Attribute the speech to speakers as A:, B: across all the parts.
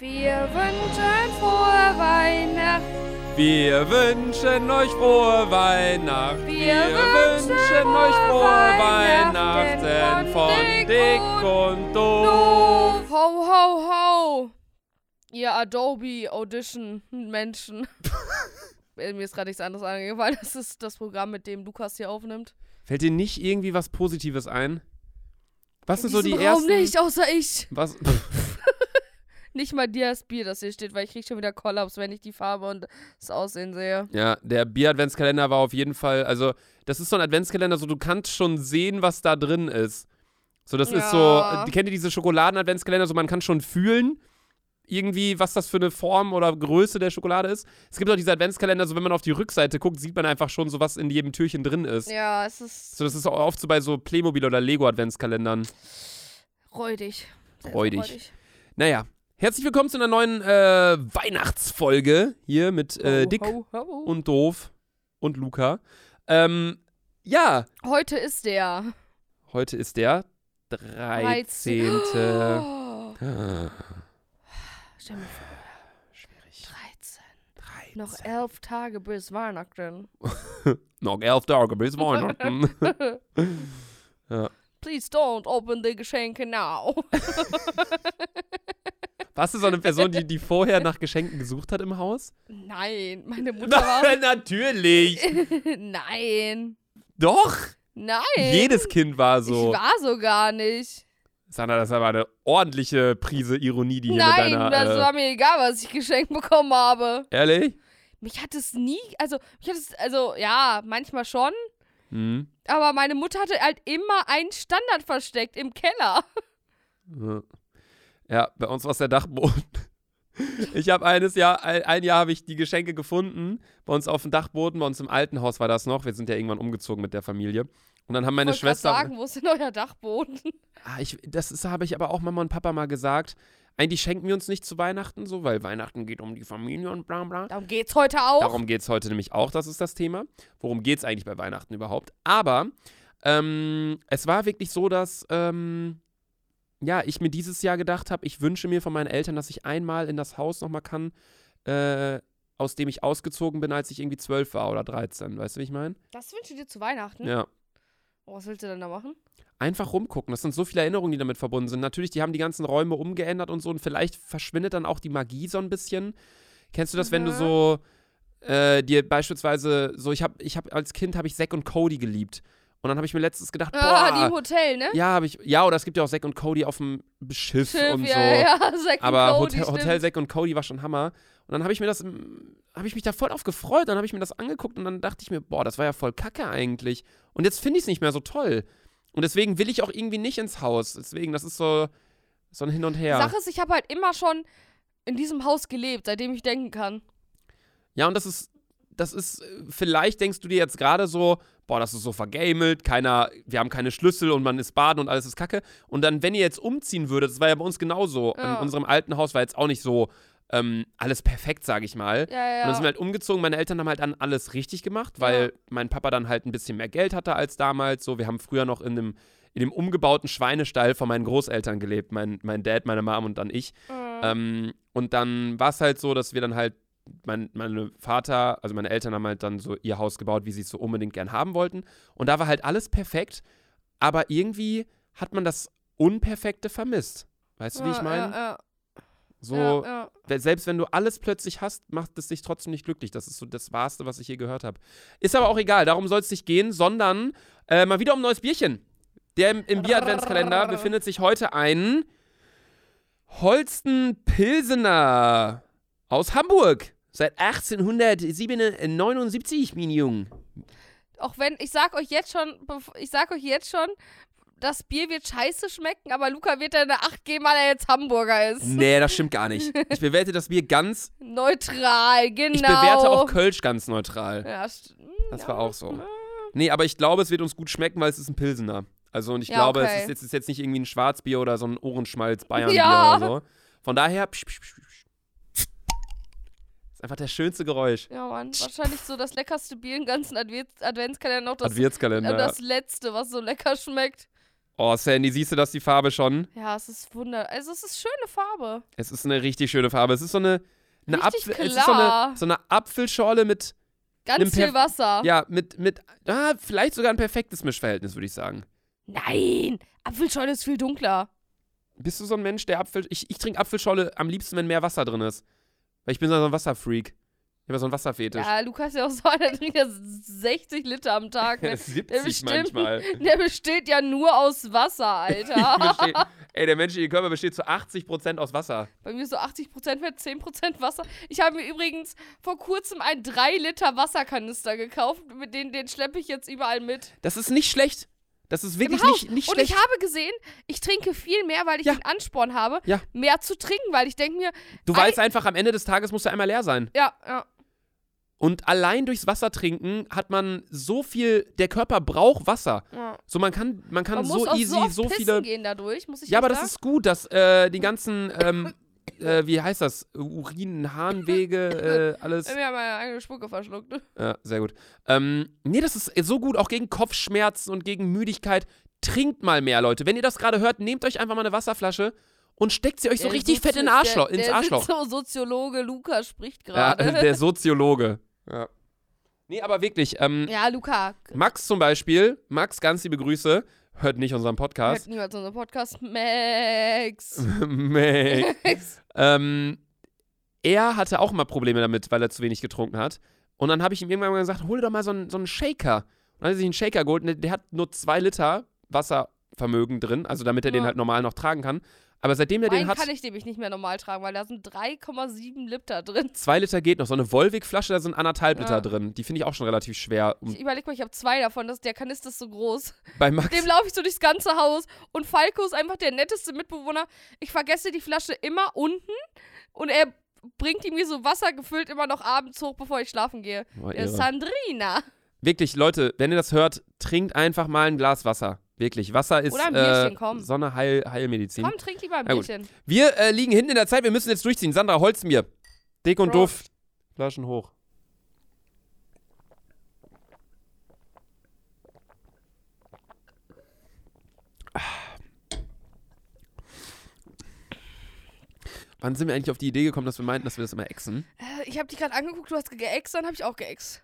A: Wir wünschen frohe Weihnachten.
B: Wir wünschen euch frohe Weihnachten.
A: Wir wünschen frohe Weihnachten von Dick
B: und
A: Ho, ho, ho. Ihr Adobe Audition Menschen. Mir ist gerade nichts anderes eingefallen. Das ist das Programm, mit dem Lukas hier aufnimmt.
B: Fällt dir nicht irgendwie was Positives ein? Was sind
A: In
B: so die
A: diesem Raum
B: ersten?
A: nicht, außer ich.
B: Was?
A: Nicht mal dir das Bier, das hier steht, weil ich krieg schon wieder Kollaps, wenn ich die Farbe und das Aussehen sehe.
B: Ja, der Bier-Adventskalender war auf jeden Fall, also das ist so ein Adventskalender, so du kannst schon sehen, was da drin ist. So, das ist so,
A: Ja.
B: äh, kennt ihr diese Schokoladen-Adventskalender, so man kann schon fühlen, irgendwie, was das für eine Form oder Größe der Schokolade ist. Es gibt auch diese Adventskalender, so wenn man auf die Rückseite guckt, sieht man einfach schon so, was in jedem Türchen drin ist.
A: Ja, es ist
B: So, das ist auch oft so bei so Playmobil oder Lego-Adventskalendern.
A: räudig. Sehr, sehr
B: Räudig. Naja, herzlich willkommen zu einer neuen äh, Weihnachtsfolge hier mit äh,
A: Ho,
B: Dick
A: ho, ho.
B: und Doof und Luca. Ähm, ja,
A: Heute ist der
B: Heute ist der 13.
A: Oh,
B: Ah,
A: stell mir vor,
B: Schwierig.
A: 13.
B: 13.
A: Noch e- elf Tage bis Weihnachten.
B: Noch elf Tage bis Weihnachten.
A: Please don't open the Geschenke now.
B: Warst du so eine Person, die, die vorher nach Geschenken gesucht hat im Haus?
A: Nein, meine Mutter war.
B: natürlich.
A: Nein.
B: Doch.
A: Nein.
B: Jedes Kind war so.
A: Ich war so gar nicht.
B: Sandra, das ist aber eine ordentliche Prise Ironie, die hier
A: Nein,
B: mit deiner...
A: das
B: äh,
A: war mir egal, was ich geschenkt bekommen habe.
B: ehrlich?
A: Mich hat es nie, also, mich hat es, also, ja, manchmal schon,
B: Hm.
A: aber meine Mutter hatte halt immer einen Standard versteckt im Keller.
B: Ja, bei uns war es der Dachboden. Ich habe eines Jahr, ein, ein Jahr habe ich die Geschenke gefunden, bei uns auf dem Dachboden, bei uns im alten Haus war das noch. Wir sind ja irgendwann umgezogen mit der Familie. Und dann haben meine
A: Wollte grad
B: Schwester.
A: sagen, wo ist denn euer Dachboden?
B: Ah, ich, das ist- habe ich aber auch Mama und Papa mal gesagt. Eigentlich schenken wir uns nicht zu Weihnachten so, weil Weihnachten geht um die Familie und bla bla.
A: Darum geht's heute auch.
B: Darum geht es heute nämlich auch, das ist das Thema. Worum geht es eigentlich bei Weihnachten überhaupt? Aber ähm, es war wirklich so, dass ähm, ja, ich mir dieses Jahr gedacht habe, ich wünsche mir von meinen Eltern, dass ich einmal in das Haus nochmal kann, äh, aus dem ich ausgezogen bin, als ich irgendwie zwölf war oder 13. Weißt du, wie ich meine?
A: Das wünsche dir zu Weihnachten.
B: Ja.
A: Oh, was willst du denn da machen?
B: Einfach rumgucken. Das sind so viele Erinnerungen, die damit verbunden sind. Natürlich, die haben die ganzen Räume umgeändert und so und vielleicht verschwindet dann auch die Magie so ein bisschen. Kennst du das, wenn du
A: Mhm.
B: so äh, dir beispielsweise so ich habe ich habe als Kind habe ich Zack und Cody geliebt und dann habe ich mir letztens gedacht, boah,
A: Ah, die im Hotel, ne?
B: ja, habe ich ja, oder es gibt ja auch Zack und Cody auf dem Schiff, und so.
A: ja, ja, ja, Zack und
B: Aber
A: Cody,
B: Hotel,
A: stimmt.
B: Hotel Zack und Cody war schon Hammer. Und dann habe ich mir das, mm, habe ich mich da voll auf gefreut. Dann habe ich mir das angeguckt und dann dachte ich mir, boah, das war ja voll kacke eigentlich. Und jetzt finde ich es nicht mehr so toll. Und deswegen will ich auch irgendwie nicht ins Haus. Deswegen, das ist so, so ein Hin und Her.
A: Sache ist, ich habe halt immer schon in diesem Haus gelebt, seitdem ich denken kann.
B: Ja, und das ist, das ist, äh, vielleicht denkst du dir jetzt gerade so, boah, das ist so vergamelt, keiner, wir haben keine Schlüssel und man ist baden und alles ist kacke. Und dann, wenn ihr jetzt umziehen würdet, das war ja bei uns genauso.
A: Ja.
B: In unserem alten Haus war jetzt auch nicht so ähm, alles perfekt, sage ich mal.
A: Ja, ja,
B: Und dann sind wir
A: ja.
B: halt umgezogen. Meine Eltern haben halt dann alles richtig gemacht, weil
A: Ja.
B: mein Papa dann halt ein bisschen mehr Geld hatte als damals. So, wir haben früher noch in dem, in dem umgebauten Schweinestall von meinen Großeltern gelebt. Mein, mein Dad, meine Mom und dann ich.
A: Äh,
B: Ähm, und dann war es halt so, dass wir dann halt, mein meine Vater, also meine Eltern haben halt dann so ihr Haus gebaut, wie sie es so unbedingt gern haben wollten. Und da war halt alles perfekt, aber irgendwie hat man das Unperfekte vermisst. Weißt du, wie ich
A: ja,
B: meine?
A: Ja,
B: so,
A: ja, ja.
B: we- selbst wenn du alles plötzlich hast, macht es dich trotzdem nicht glücklich. Das ist so das Wahrste, was ich je gehört habe. Ist aber auch egal, darum soll es nicht gehen, sondern äh, mal wieder um ein neues Bierchen. Der im, im Bier-Adventskalender befindet sich heute ein Holsten Pilsener aus Hamburg. Seit 1879, mein Junge.
A: Auch wenn, ich sag euch jetzt schon, bev- ich sag euch jetzt schon, das Bier wird scheiße schmecken, aber Luca wird dann eine 8 geben, weil er jetzt Hamburger ist.
B: Nee, das stimmt gar nicht. Ich bewerte das Bier ganz,
A: Neutral, genau.
B: ich bewerte auch Kölsch ganz neutral.
A: Ja, st- hm,
B: Das
A: ja.
B: war auch so. Nee, aber ich glaube, es wird uns gut schmecken, weil es ist ein Pilsener. Also und ich
A: Ja,
B: glaube,
A: okay.
B: es ist jetzt, es ist jetzt nicht irgendwie ein Schwarzbier oder so ein Ohrenschmalz Bayernbier
A: Ja.
B: oder so. Von daher psch, psch, psch, psch. ist einfach das schönste Geräusch.
A: Ja, Mann. Wahrscheinlich so das leckerste Bier im ganzen Advent Adventskalender noch das,
B: Adventskalender.
A: das letzte, was so lecker schmeckt.
B: Oh, Sandy, siehst du das, die Farbe schon?
A: Ja, es ist wunder. Also es ist schöne Farbe.
B: Es ist eine richtig schöne Farbe. Es ist so eine, eine,
A: Richtig
B: Apfel, es ist so
A: klar. Oh.
B: eine, so eine Apfelschorle mit, Nimm
A: Ganz viel
B: Perf-
A: Wasser.
B: ja, mit, mit, ah, vielleicht sogar ein perfektes Mischverhältnis, würde ich sagen.
A: Nein, Apfelschorle ist viel dunkler.
B: Bist du so ein Mensch, der Apfel. Ich, ich trinke Apfelschorle am liebsten, wenn mehr Wasser drin ist. Weil ich bin so ein Wasserfreak. Ich habe so einen Wasserfetisch.
A: Ja, Lukas ist ja auch so einer, der trinkt ja 60 Liter am Tag. Ne?
B: 70
A: bestimmt-
B: manchmal.
A: Der besteht ja nur aus Wasser, Alter.
B: Besteht, ey, der menschliche Körper besteht zu 80% aus Wasser.
A: Bei mir so 80% Fett, 10% Wasser. Ich habe mir übrigens vor kurzem einen 3-Liter-Wasserkanister gekauft. Mit den, den schleppe ich jetzt überall mit.
B: Das ist nicht schlecht. Das ist wirklich
A: Haus.
B: nicht, nicht
A: Und
B: schlecht.
A: ich habe gesehen, ich trinke viel mehr, weil ich
B: Ja.
A: den Ansporn habe,
B: Ja.
A: mehr zu trinken, weil ich denke mir,
B: du weißt einfach, am Ende des Tages musst du einmal leer sein.
A: ja, ja.
B: Und allein durchs Wasser trinken hat man so viel. Der Körper braucht Wasser.
A: ja.
B: So, man kann, man kann
A: Man muss
B: so
A: auch
B: easy
A: so, oft pissen
B: viele.
A: gehen dadurch, muss ich
B: Ja,
A: euch
B: aber das
A: sagen.
B: ist gut, dass äh, die ganzen, ähm, äh, wie heißt das? Urin, Harnwege, äh, alles.
A: Mir hat meine eigene Spucke verschluckt.
B: Ja, sehr gut. Ähm, nee, das ist so gut, auch gegen Kopfschmerzen und gegen Müdigkeit. Trinkt mal mehr, Leute. Wenn ihr das gerade hört, nehmt euch einfach mal eine Wasserflasche und steckt sie euch so
A: Der
B: richtig fett in den
A: Sozio-
B: Arschloch,
A: der,
B: ins
A: der
B: Arschloch.
A: So Soziologe Luca spricht
B: Ja, äh,
A: gerade.
B: der Soziologe. Ja. Nee, aber wirklich. Ähm,
A: Ja, Luca,
B: Max zum Beispiel, Max, ganz liebe Grüße, hört nicht unseren
A: hört
B: Podcast.
A: niemals unseren Podcast. Max.
B: Meh.
A: Max.
B: Ähm, er hatte auch mal Probleme damit, weil er zu wenig getrunken hat. Und dann habe ich ihm irgendwann mal gesagt, hol dir doch mal so einen, so einen Shaker. Und dann hat er sich einen Shaker geholt und der, der hat nur zwei Liter Wasservermögen drin, also damit er den
A: Ja.
B: halt normal noch tragen kann. Aber seitdem er den
A: Meinen
B: hat,
A: kann ich nämlich nicht mehr normal tragen, weil da sind 3,7 Liter drin.
B: zwei Liter geht noch. So eine Volvic-Flasche, da sind anderthalb
A: Ja.
B: Liter drin. Die finde ich auch schon relativ schwer. Und
A: Ich überleg mal, ich habe zwei davon, das, der Kanister ist so groß.
B: bei Max,
A: Dem laufe ich so durchs ganze Haus und Falco ist einfach der netteste Mitbewohner. Ich vergesse die Flasche immer unten und er bringt die mir so wassergefüllt immer noch abends hoch, bevor ich schlafen gehe.
B: Boah,
A: Der
B: irre.
A: Sandrina.
B: Oh, wirklich, Leute, wenn ihr das hört, trinkt einfach mal ein Glas Wasser. Wirklich, Wasser ist
A: Oder ein
B: äh,
A: Bierchen, komm.
B: so eine Heil Heilmedizin.
A: Komm, trink lieber ein
B: Na gut.
A: Bierchen.
B: Wir äh, liegen hinten in der Zeit, wir müssen jetzt durchziehen. Sandra, holz mir. Dick und
A: Bro.
B: Duft. Flaschen hoch. Ah. Wann sind wir eigentlich auf die Idee gekommen, dass wir meinten, dass wir das immer exen?
A: Äh, Ich habe dich gerade angeguckt, du hast geäxt, dann habe ich auch geäxt.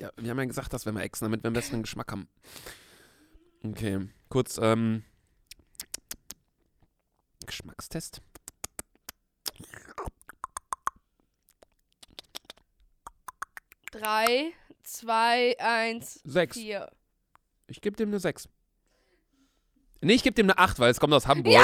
B: Ja, wir haben ja gesagt, dass wir mal exen, damit wir einen besseren Geschmack haben. Okay, kurz ähm, Geschmackstest.
A: Drei, zwei, eins,
B: Sechs.
A: vier.
B: Ich gebe dem eine 6. Nee, ich gebe dem eine 8, weil es kommt aus Hamburg.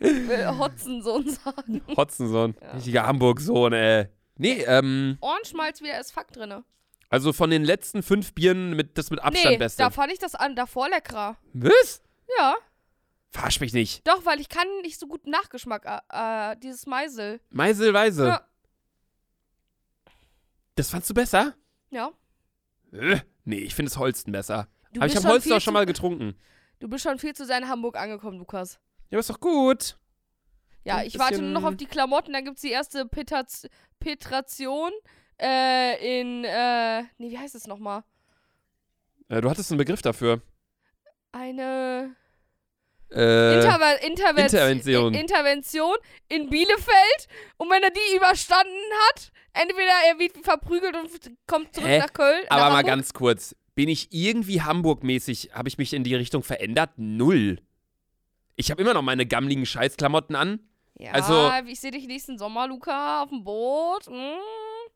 A: Will Hotzensohn sagen.
B: Hotzensohn.
A: Ja.
B: Richtiger Hamburg-Sohn, ey. Nee, ähm,
A: Ohrenschmalz wieder ist Fakt drinne.
B: also von den letzten fünf Bieren mit, das mit Abstand
A: nee,
B: beste.
A: da fand ich das an, davor leckerer.
B: Was?
A: Ja,
B: Verarsch mich nicht.
A: doch, weil ich kann nicht so gut Nachgeschmack, äh, äh, dieses Meisel.
B: Meiselweise.
A: Ja.
B: Das fandst du besser?
A: Ja.
B: Äh, Nee, ich finde es Holsten besser.
A: Du
B: Aber ich
A: bist
B: habe Holsten
A: viel
B: auch schon
A: zu-
B: mal getrunken.
A: Du bist schon viel zu sehr in Hamburg angekommen, Lukas.
B: Ja, aber ist doch gut.
A: Ja,
B: Ein
A: ich warte nur noch auf
B: bisschen-
A: die Klamotten, dann gibt's die erste Petaz Petration äh, in, äh, nee, wie heißt es nochmal?
B: Äh, du hattest einen Begriff dafür.
A: Eine
B: Äh,
A: Interve Interven
B: Intervention.
A: I- äh, Intervention in Bielefeld. Und wenn er die überstanden hat, entweder er wird verprügelt und f- kommt zurück
B: Hä?
A: nach Köln. nach
B: aber mal
A: Hamburg.
B: ganz kurz. Bin ich irgendwie Hamburg-mäßig, habe ich mich in die Richtung verändert? Null. Ich habe immer noch meine gammligen Scheißklamotten an.
A: Ja,
B: also-
A: ich sehe dich nächsten Sommer, Luca, auf dem Boot. Mm.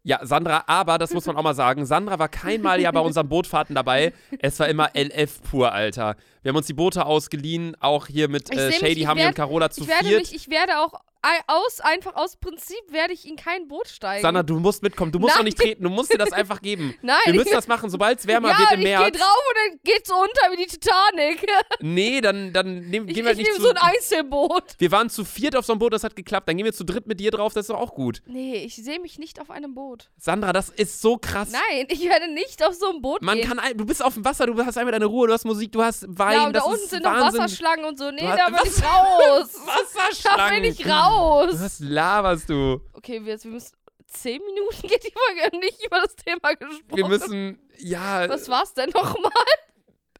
B: Ja, Sandra, aber das muss man auch mal sagen. Sandra war kein Mal ja bei unseren Bootfahrten dabei. Es war immer LF pur, Alter. Wir haben uns die Boote ausgeliehen, auch hier mit
A: Ich
B: äh,
A: seh mich,
B: Shady,
A: ich
B: Hammy
A: werd-
B: und Carola zu
A: Ich werde
B: viert.
A: mich, ich werde auch ei- aus, einfach aus Prinzip werde ich in kein Boot steigen.
B: Sandra, du musst mitkommen. Du musst doch
A: Nein.
B: nicht treten. Du musst dir das einfach geben.
A: Nein,
B: Wir müssen
A: ich-
B: das machen, sobald es wärmer
A: ja,
B: wird
A: und
B: im
A: ich gehe
B: März.
A: drauf und dann geht's unter wie die Titanic.
B: Nee, dann, dann nehm,
A: Ich,
B: gehen
A: ich
B: wir halt nicht
A: nehme
B: zu.
A: so ein Einzelboot.
B: wir waren zu viert auf so einem Boot, das hat geklappt. Dann gehen wir zu dritt mit dir drauf, das ist doch auch gut.
A: Nee, ich sehe mich nicht auf einem Boot.
B: Sandra, das ist so krass.
A: Nein, ich werde nicht auf so ein Boot
B: Man
A: gehen.
B: kann, ein- du bist auf dem Wasser, du hast einfach deine Ruhe, du hast Musik, du hast Wein.
A: ja, und
B: das
A: da unten
B: ist
A: sind noch
B: Wahnsinn.
A: Wasserschlangen und so. Nee,
B: Wa-
A: da bin ich raus.
B: Wasserschlangen.
A: Da bin ich
B: Was
A: raus.
B: laberst du?
A: Okay, wir, jetzt, wir müssen. Zehn Minuten geht die Folge nicht über das Thema gesprochen.
B: Wir müssen, ja,
A: Was war's denn nochmal?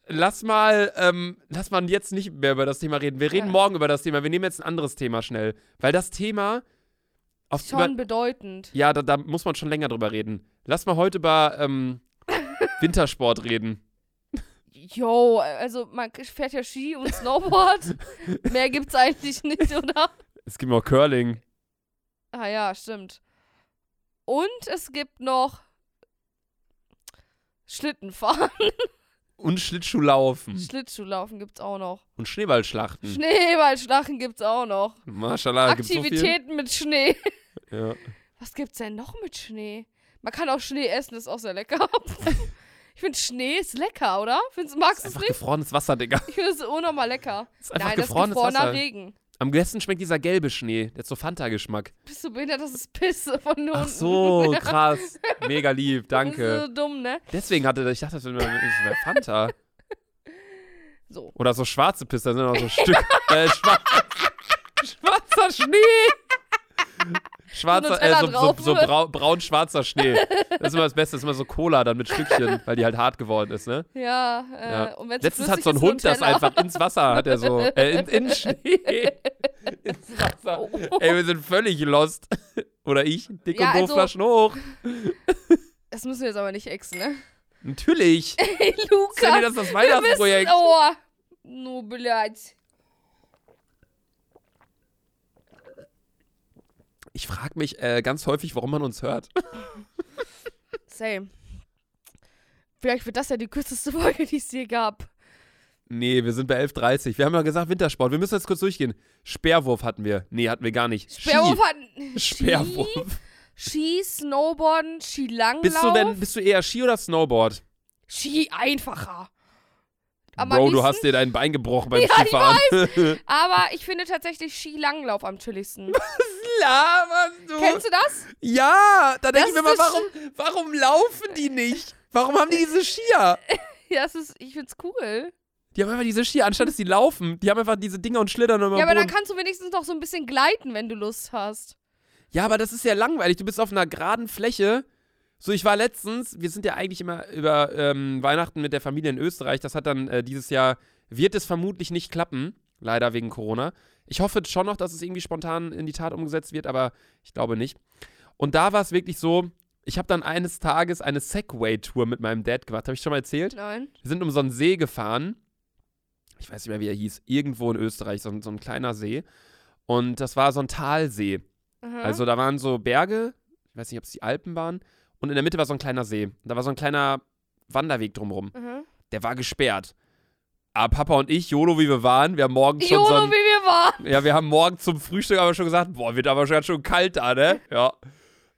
B: lass mal, ähm, lass mal jetzt nicht mehr über das Thema reden. Wir reden
A: Ja.
B: morgen über das Thema. Wir nehmen jetzt ein anderes Thema schnell. Weil das Thema. Auf, über,
A: Schon bedeutend.
B: ja, da, da muss man schon länger drüber reden. Lass mal heute über ähm, Wintersport reden.
A: Jo, also man k- fährt ja Ski und Snowboard. Mehr gibt's eigentlich nicht, oder?
B: Es gibt noch Curling.
A: Ah ja, stimmt. Und es gibt noch Schlittenfahren.
B: Und Schlittschuhlaufen.
A: Schlittschuhlaufen gibt's auch noch.
B: Und Schneeballschlachten.
A: Schneeballschlachten gibt's auch noch.
B: Maschallah, Hm. Ah, gibt's so viel.
A: Aktivitäten mit Schnee.
B: Ja.
A: Was gibt's denn noch mit Schnee? Man kann auch Schnee essen, ist auch sehr lecker. ich finde Schnee ist lecker, oder? Findest, magst du es
B: Einfach
A: nicht?
B: gefrorenes Wasser, Digga.
A: Ich finde es unnormal lecker.
B: Ist einfach
A: Nein, das ist
B: gefrorenes
A: gefrorener
B: Wasser.
A: Regen.
B: Am besten schmeckt dieser gelbe Schnee. Der hat so Fanta-Geschmack.
A: Bist du behindert? Das ist Pisse von unten.
B: Ach so, krass. Mega lieb,
A: Das ist
B: danke.
A: so dumm, ne?
B: Deswegen hatte ich dachte, das wäre das wäre Fanta.
A: So.
B: Oder so schwarze Pisse, da sind auch so Stück. äh, schwar schwarzer Schnee. Schwarzer, äh,
A: Nutella
B: so, so,
A: drauf.
B: so brau braun-schwarzer Schnee. Das ist immer das Beste, das ist immer so Cola dann mit Stückchen, weil die halt hart geworden ist, ne?
A: Ja, äh,
B: Ja.
A: und wenn
B: Letztens hat so ein Hund das einfach ins Wasser, hat er so, äh, in, in Schnee. ins Wasser. Ey, wir sind völlig lost. Oder ich, dick
A: Ja,
B: und doof,
A: also-
B: Flaschen hoch.
A: Das müssen wir jetzt aber nicht exen, ne?
B: Natürlich.
A: Hey,
B: Sandy,
A: Lukas,
B: das ist das
A: du bist...
B: Weihnachtsprojekt.
A: Oh, ну, блядь.
B: Ich frage mich äh, ganz häufig, warum man uns hört.
A: Same. Vielleicht wird das ja die kürzeste Folge, die es je gab.
B: Nee, wir sind bei 11.30. Wir haben ja gesagt Wintersport. Wir müssen jetzt kurz durchgehen. Speerwurf hatten wir. Nee, hatten wir gar nicht. Ski.
A: Sperrwurf hat... Ski,
B: Speerwurf.
A: Ski, Snowboarden, Skilanglauf.
B: Bist du, denn, bist du eher Ski oder Snowboard?
A: Ski einfacher. Am
B: Bro, du
A: liebsten-
B: hast dir dein Bein gebrochen beim
A: Ja, ich
B: Skifahren.
A: Aber ich finde tatsächlich Skilanglauf am chilligsten.
B: Laberst du?
A: Kennst du das?
B: Ja, da
A: Das
B: denke ich mir
A: ist das
B: mal, warum, warum laufen die nicht? Warum haben die diese Skier?
A: Ja, das ist, ich find's cool.
B: Die haben einfach diese Skier, anstatt dass sie laufen. Die haben einfach diese Dinger und schlittern über
A: Ja,
B: den
A: aber dann
B: Boden.
A: kannst du wenigstens noch so ein bisschen gleiten, wenn du Lust hast.
B: Ja, aber das ist ja langweilig. Du bist auf einer geraden Fläche. So, ich war letztens, wir sind ja eigentlich immer über ähm, Weihnachten mit der Familie in Österreich. Das hat dann äh, dieses Jahr, wird es vermutlich nicht klappen, leider wegen Corona. Ich hoffe schon noch, dass es irgendwie spontan in die Tat umgesetzt wird, aber ich glaube nicht. Und da war es wirklich so, ich habe dann eines Tages eine Segway-Tour mit meinem Dad gemacht. Habe ich schon mal erzählt?
A: Nein.
B: Wir sind um so einen See gefahren. Ich weiß nicht mehr, wie er hieß. Irgendwo in Österreich, so, ein- so ein kleiner See. Und das war so ein Talsee.
A: Aha.
B: Also da waren so Berge, ich weiß nicht, ob es die Alpen waren. Und in der Mitte war so ein kleiner See. Da war so ein kleiner Wanderweg drumherum.
A: Aha.
B: Der war gesperrt. Aber Papa und ich, Jolo, wie wir waren, wir haben morgen schon so
A: Jolo,
B: ein,
A: wie wir waren.
B: Ja, wir haben morgen zum Frühstück aber schon gesagt, boah, wird aber schon ganz schön kalt da, ne? Ja.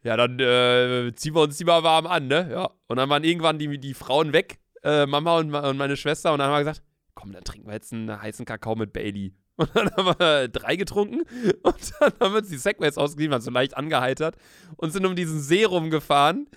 B: Ja, dann äh, ziehen wir uns die mal warm an, ne? Ja. Und dann waren irgendwann die, die Frauen weg, äh, Mama und, ma- und meine Schwester, und dann haben wir gesagt, komm, dann trinken wir jetzt einen heißen Kakao mit Bailey. Und dann haben wir drei getrunken und dann haben wir uns die Segways ausgeliehen, waren so leicht angeheitert und sind um diesen See rumgefahren.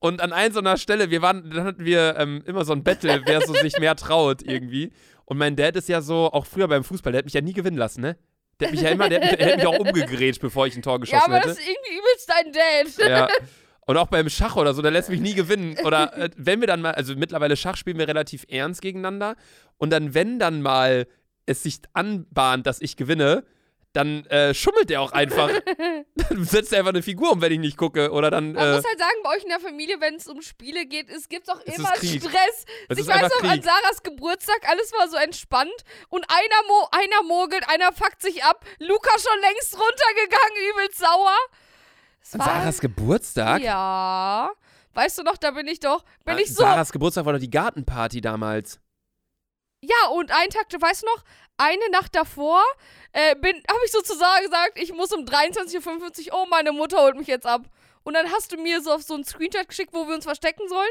B: Und an einer so einer Stelle, wir waren, dann hatten wir ähm, immer so ein Battle, wer so sich mehr traut irgendwie. Und mein Dad ist ja so, auch früher beim Fußball, der hat mich ja nie gewinnen lassen, ne? Der hat mich ja immer, der, hat mich- der hat mich auch umgegrätscht, bevor ich ein Tor geschossen
A: Ja, aber
B: hätte. Äh.
A: das ist irgendwie übelst dein Date.
B: Ja. Und auch beim Schach oder so, der lässt mich nie gewinnen. Oder äh, wenn wir dann mal, also mittlerweile Schach spielen wir relativ ernst gegeneinander. Und dann, wenn dann mal es sich anbahnt, dass ich gewinne, dann äh, schummelt der auch einfach. Dann setzt er einfach eine Figur um, wenn ich nicht gucke. Oder dann.
A: Man
B: Äh,
A: muss halt sagen, bei euch in der Familie, wenn es um Spiele geht, es gibt doch
B: Es
A: immer
B: ist Krieg.
A: Stress.
B: Es
A: ich
B: ist
A: weiß
B: einfach
A: noch, halt an
B: Krieg.
A: Sarahs Geburtstag, alles war so entspannt und einer, mo einer mogelt, einer fuckt sich ab. Luca schon längst runtergegangen, übelst sauer. Es war-
B: Sarahs Geburtstag?
A: Ja. Weißt du noch, da bin ich doch, bin
B: Ah,
A: ich so.
B: Sarahs Geburtstag war doch die Gartenparty damals.
A: Ja, und einen Tag, weißt du noch, eine Nacht davor äh, habe ich sozusagen gesagt, ich muss um 23.55 Uhr, oh, meine Mutter holt mich jetzt ab. Und dann hast du mir so auf so einen Screenshot geschickt, wo wir uns verstecken sollen.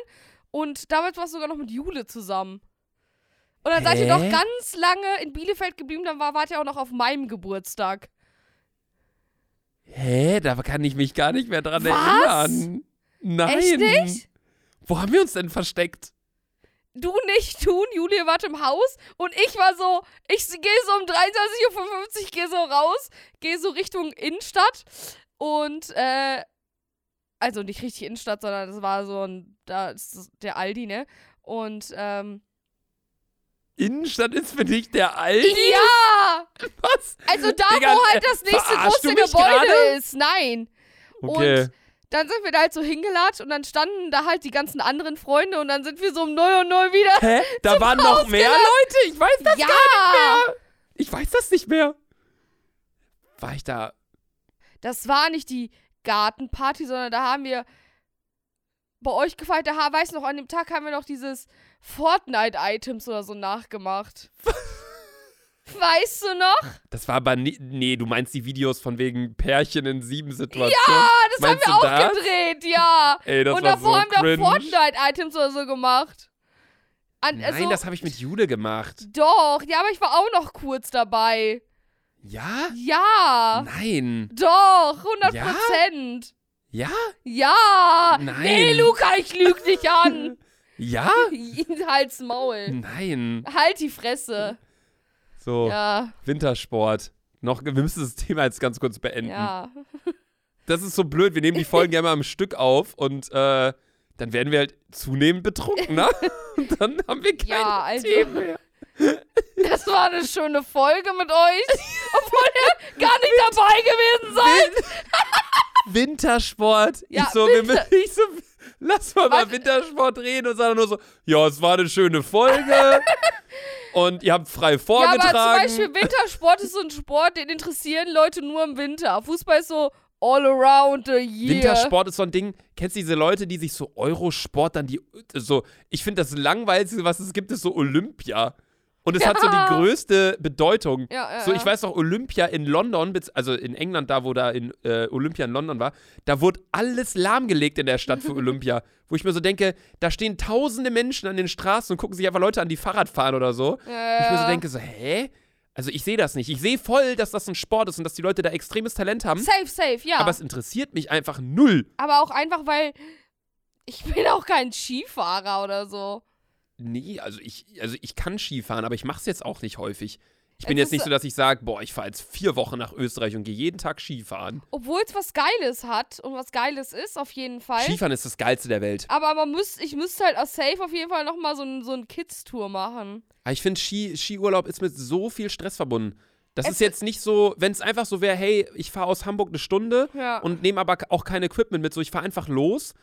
A: Und damals warst du sogar noch mit Jule zusammen. Und dann seid ihr
B: Hä?
A: doch ganz lange in Bielefeld geblieben, dann war, wart ihr auch noch auf meinem Geburtstag.
B: Hä? Da kann ich mich gar nicht mehr dran
A: Was?
B: erinnern. Nein.
A: Echt nicht?
B: Wo haben wir uns denn versteckt?
A: Du nicht tun, Julia wart im Haus und ich war so, ich gehe so um 23.55 Uhr, gehe so raus, gehe so Richtung Innenstadt und äh, also nicht richtig Innenstadt, sondern das war so ein, da ist der Aldi, ne? Und ähm,
B: Innenstadt ist für dich der Aldi?
A: Ja!
B: Was?
A: Also da,
B: Digga,
A: wo halt das
B: äh,
A: nächste
B: verarschst du
A: große
B: mich
A: Gebäude
B: gerade?
A: ist. Nein.
B: Okay.
A: Und dann sind wir da halt so hingelatscht und dann standen da halt die ganzen anderen Freunde und dann sind wir so um 0 und 0 wieder.
B: Hä? Da waren noch mehr
A: gelassen.
B: Leute. Ich weiß das
A: ja!
B: nicht mehr. Ich weiß das nicht mehr. War ich da?
A: Das war nicht die Gartenparty, sondern da haben wir bei euch gefeiert. Da ha- weiß noch, an dem Tag haben wir noch dieses Fortnite-Items oder so nachgemacht. weißt du noch?
B: Das war aber nie, nee, du meinst die Videos von wegen Pärchen in sieben Situationen.
A: Ah, das
B: Meinst
A: haben wir
B: du
A: auch
B: das?
A: gedreht, ja.
B: Ey, das
A: Und
B: war
A: davor
B: so
A: haben wir
B: cringe.
A: Fortnite-Items oder so gemacht. An, also,
B: Nein, das habe ich mit Jude gemacht.
A: doch, ja, aber ich war auch noch kurz dabei.
B: Ja?
A: Ja.
B: Nein.
A: Doch, 100 Prozent.
B: Ja?
A: Ja.
B: Nein.
A: Nee, Luca, ich lüg dich an.
B: Ja?
A: Halt's Maul.
B: Nein.
A: Halt die Fresse.
B: So,
A: Ja,
B: Wintersport. Noch, wir müssen das Thema jetzt ganz kurz beenden.
A: ja.
B: Das ist so blöd. Wir nehmen die Folgen ja immer am Stück auf und äh, dann werden wir halt zunehmend betrunken, ne? Und dann haben wir keine
A: Ja, also-
B: Themen mehr.
A: Das war eine schöne Folge mit euch. Obwohl ihr gar nicht dabei gewesen seid.
B: Wintersport.
A: Ja,
B: ich, so,
A: Winter-
B: wir, ich so, lass mal über
A: Warte.
B: Wintersport reden und sagen nur so, ja, es war eine schöne Folge. und ihr habt frei
A: Ja, aber
B: vorgetragen.
A: zum Beispiel Wintersport ist so ein Sport, den interessieren Leute nur im Winter. Fußball ist so all around the year.
B: Wintersport ist so ein Ding. Kennst du diese Leute, die sich so Eurosport dann die so ich finde das langweiligste, was es gibt, ist so Olympia. Und es hat so
A: Ja.
B: die größte Bedeutung.
A: Ja, ja,
B: so ich
A: ja.
B: weiß noch Olympia in London, bez- also in England, da wo da in äh, Olympia in London war, da wurde alles lahmgelegt in der Stadt für Olympia, wo ich mir so denke, da stehen tausende Menschen an den Straßen und gucken sich einfach Leute an, die Fahrrad fahren oder so.
A: Ja,
B: Ich mir so
A: ja.
B: denke so, hä? Also ich sehe das nicht. Ich sehe voll, dass das ein Sport ist und dass die Leute da extremes Talent haben.
A: Safe, safe, ja.
B: Hm? Aber es interessiert mich einfach null.
A: Aber auch einfach, weil ich bin auch kein Skifahrer oder so.
B: Nee, also ich, also ich kann Skifahren, aber ich mache es jetzt auch nicht häufig.
A: Es
B: Ich bin
A: ist
B: jetzt nicht
A: so-
B: so, dass ich sage, boah, ich fahre jetzt vier Wochen nach Österreich und gehe jeden Tag Skifahren.
A: Obwohl es was Geiles hat und was Geiles ist, auf jeden Fall.
B: Skifahren ist das Geilste der Welt.
A: aber man müsst, ich müsste halt auch safe auf jeden Fall nochmal so, ein- so einen Kids-Tour machen.
B: Aber Ah, ich finde, Ski, Skiurlaub ist mit so viel Stress verbunden. Das
A: Es-
B: ist jetzt nicht so, wenn es einfach so wäre, hey, ich fahre aus Hamburg eine Stunde
A: Ja.
B: und nehme aber auch kein Equipment mit, so ich fahre einfach los,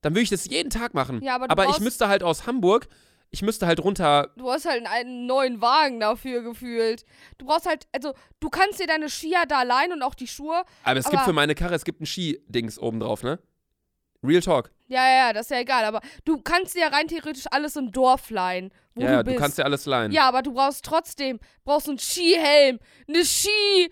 B: dann würde ich das jeden Tag machen.
A: Ja, aber du
B: aber ich
A: brauchst-
B: müsste halt aus Hamburg, ich müsste halt runter,
A: Du hast halt einen, einen neuen Wagen dafür gefühlt. Du brauchst halt, also du kannst dir deine Skier da allein und auch die Schuhe.
B: aber es gibt
A: Aber-
B: für meine Karre, es gibt ein Skidings obendrauf, ne? Real Talk.
A: Ja, ja, ja, das ist ja egal, aber du kannst dir ja rein theoretisch alles im Dorf leihen, wo
B: ja,
A: du bist.
B: du kannst ja alles leihen.
A: Ja, aber du brauchst trotzdem, brauchst einen Skihelm, eine Ski.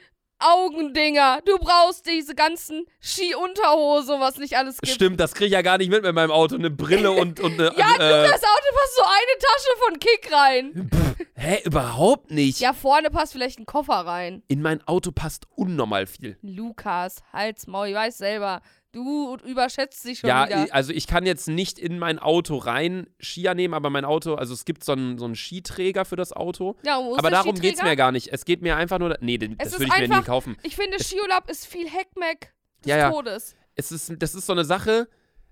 A: Augendinger, du brauchst diese ganzen Ski-Unterhose und was nicht alles gibt.
B: Stimmt, das kriege ich ja gar nicht mit mit meinem Auto. Eine Brille und, und eine.
A: Ja,
B: äh,
A: Das Auto passt so eine Tasche von Kick rein.
B: Hä, überhaupt nicht.
A: Ja, vorne passt vielleicht ein Koffer rein.
B: In mein Auto passt unnormal viel.
A: Lukas, Hals, Maul, ich weiß selber. Du überschätzt dich schon
B: ja,
A: wieder.
B: i- also ich kann jetzt nicht in mein Auto rein Skier nehmen, aber mein Auto, also es gibt so einen, so einen Skiträger für das Auto.
A: Ja, wo ist
B: aber
A: der
B: darum geht es
A: Skiträger?
B: mir gar nicht. Es geht mir einfach nur. Nee, den,
A: Es
B: das
A: ist
B: würde ich mir nie
A: einfach-
B: kaufen.
A: Ich finde, Skiurlaub ist viel Heckmeck des
B: Ja, ja.
A: Todes.
B: Es ist, das ist so eine Sache,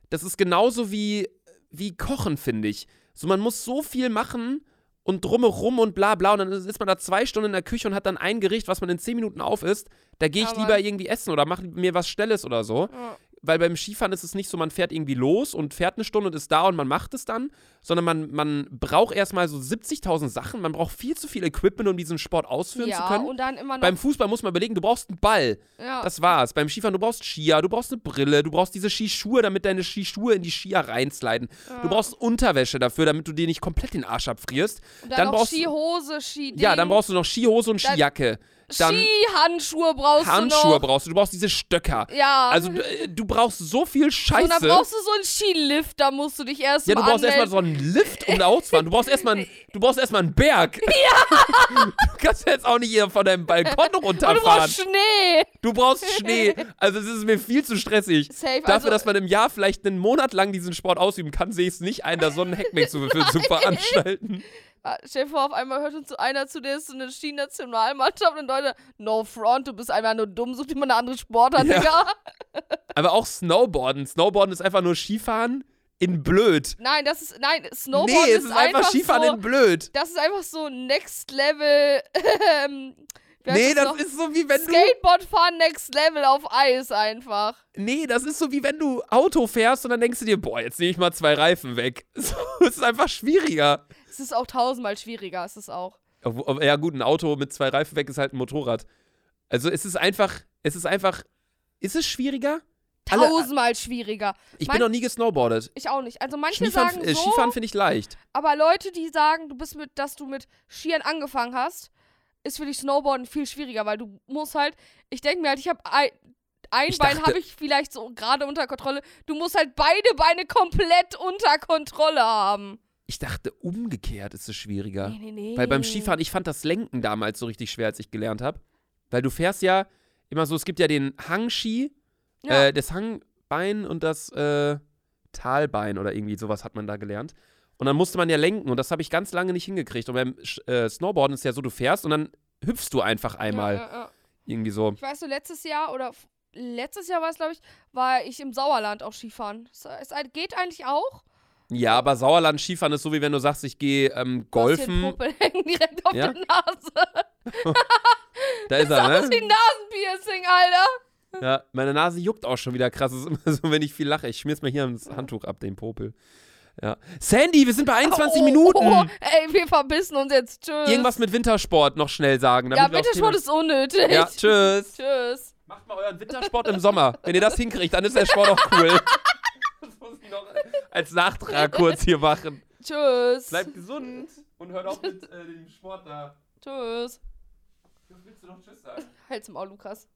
B: das ist genauso wie, wie Kochen, finde ich. So, man muss so viel machen und drumherum und bla bla. Und dann ist man da zwei Stunden in der Küche und hat dann ein Gericht, was man in zehn Minuten auf isst. Da gehe ich
A: Aber-
B: lieber irgendwie essen oder mache mir was Schnelles oder so.
A: Ja.
B: Weil beim Skifahren ist es nicht so, man fährt irgendwie los und fährt eine Stunde und ist da und man macht es dann, sondern man, man braucht erstmal so 70.000 Sachen. Man braucht viel zu viel Equipment, um diesen Sport ausführen
A: ja,
B: zu können.
A: und dann immer noch.
B: Beim Fußball muss man überlegen, du brauchst einen Ball.
A: ja.
B: Das war's. Beim Skifahren, du brauchst Skier, du brauchst eine Brille, du brauchst diese Skischuhe, damit deine Skischuhe in die Skier reinsliden. Du brauchst Unterwäsche dafür, damit du dir nicht komplett den Arsch abfrierst.
A: und dann,
B: dann
A: noch
B: brauchst du-
A: Skihose, Skiding.
B: Ja, dann brauchst du noch Skihose und
A: Dann-
B: Skijacke. Dann
A: Skihandschuhe brauchst du
B: Handschuhe
A: noch.
B: brauchst du, du brauchst diese Stöcker.
A: ja.
B: Also du, äh, du brauchst so viel
A: und dann
B: Scheiße.
A: brauchst du so einen Skilift, da musst du dich erst
B: ja, du
A: mal
B: brauchst erstmal
A: anmelden.
B: so einen Lift, um da auszufahren. Du brauchst erstmal einen, du brauchst erstmal einen Berg. Ja. Du kannst jetzt auch nicht hier von deinem Balkon
A: und du
B: runterfahren.
A: brauchst Schnee.
B: Du brauchst Schnee. Also es ist mir viel zu stressig.
A: Safe,
B: Dafür,
A: also-
B: dass man im Jahr vielleicht einen Monat lang diesen Sport ausüben kann, sehe ich es nicht ein, da so einen Hackmack zu, für, zu veranstalten.
A: Ah, Stell dir vor, auf einmal hört uns so einer zu, der ist so eine Ski-Nationalmannschaft und Leute, no front, du bist einfach nur dumm, such dir mal eine andere Sportart,
B: Ja.
A: Digga.
B: Aber auch Snowboarden. Snowboarden ist einfach nur Skifahren in blöd.
A: Nein, das ist. Nein, Snowboard
B: nee,
A: ist,
B: es ist einfach, Skifahren
A: so,
B: in blöd.
A: Das ist einfach so Next Level. Ähm, wie heißt
B: Nee, das
A: noch?
B: ist so wie wenn du
A: Skateboard fahren Next Level auf Eis einfach.
B: Nee, das ist so wie wenn du Auto fährst und dann denkst du dir, boah, jetzt nehme ich mal zwei Reifen weg. So, es ist einfach schwieriger.
A: Es ist auch tausendmal schwieriger, es ist auch.
B: Obwohl- ob- Ja, gut, ein Auto mit zwei Reifen weg ist halt ein Motorrad. Also es ist einfach, es ist einfach, ist es schwieriger? Alle- äh,
A: Tausendmal schwieriger.
B: Ich
A: Mein-
B: bin noch nie gesnowboardet.
A: Ich auch nicht. Also manche
B: Schneefahren,
A: sagen
B: äh,
A: so,
B: Skifahren finde ich leicht.
A: aber Leute, die sagen, du bist mit, dass du mit Skiern angefangen hast, ist für dich Snowboarden viel schwieriger, weil du musst halt, ich denke mir halt, ich habe ein, ein
B: Ich
A: Bein
B: dachte-
A: habe ich vielleicht so gerade unter Kontrolle. Du musst halt beide Beine komplett unter Kontrolle haben.
B: Ich dachte, umgekehrt ist es schwieriger.
A: Nee, nee, nee.
B: Weil beim Skifahren, ich fand das Lenken damals so richtig schwer, als ich gelernt habe. Weil du fährst ja immer so, es gibt ja den Hangski,
A: Ja.
B: äh, das Hangbein und das äh, Talbein oder irgendwie sowas hat man da gelernt. Und dann musste man ja lenken und das habe ich ganz lange nicht hingekriegt. Und beim Sch- äh, Snowboarden ist ja so, du fährst und dann hüpfst du einfach einmal.
A: Ja, ja, ja.
B: Irgendwie so.
A: Ich weiß so, letztes Jahr oder f- letztes Jahr war es, glaube ich, war ich im Sauerland auch Skifahren. Es, es geht eigentlich auch.
B: Ja, aber Sauerland-Skifahren ist so, wie wenn du sagst, ich gehe ähm,
A: Du hast hier einen
B: golfen.
A: Popel hängen direkt auf
B: Ja?
A: der Nase.
B: Da ist er,
A: Das ist
B: ne?
A: wie ein Nasenpiercing, Alter.
B: Ja, meine Nase juckt auch schon wieder krass. Es ist immer so, wenn ich viel lache. Ich schmier's mir hier ans Handtuch ab, den Popel. Ja. Sandy, wir sind bei 21
A: Oh,
B: Minuten.
A: Oh, ey, wir verbissen uns jetzt. Tschüss.
B: Irgendwas mit Wintersport noch schnell sagen.
A: ja,
B: Damit wir aufs
A: Wintersport
B: Thema-
A: ist unnötig.
B: Ja, tschüss.
A: Tschüss.
B: Macht mal euren Wintersport im Sommer. Wenn ihr das hinkriegt, dann ist der Sport auch cool. Das muss ich noch als Nachtrag kurz hier machen.
A: Tschüss.
B: Bleibt gesund und hört auf mit äh, dem Sport da.
A: Tschüss.
B: Das willst du noch Tschüss sagen.
A: Halt's im Ohr, Lukas.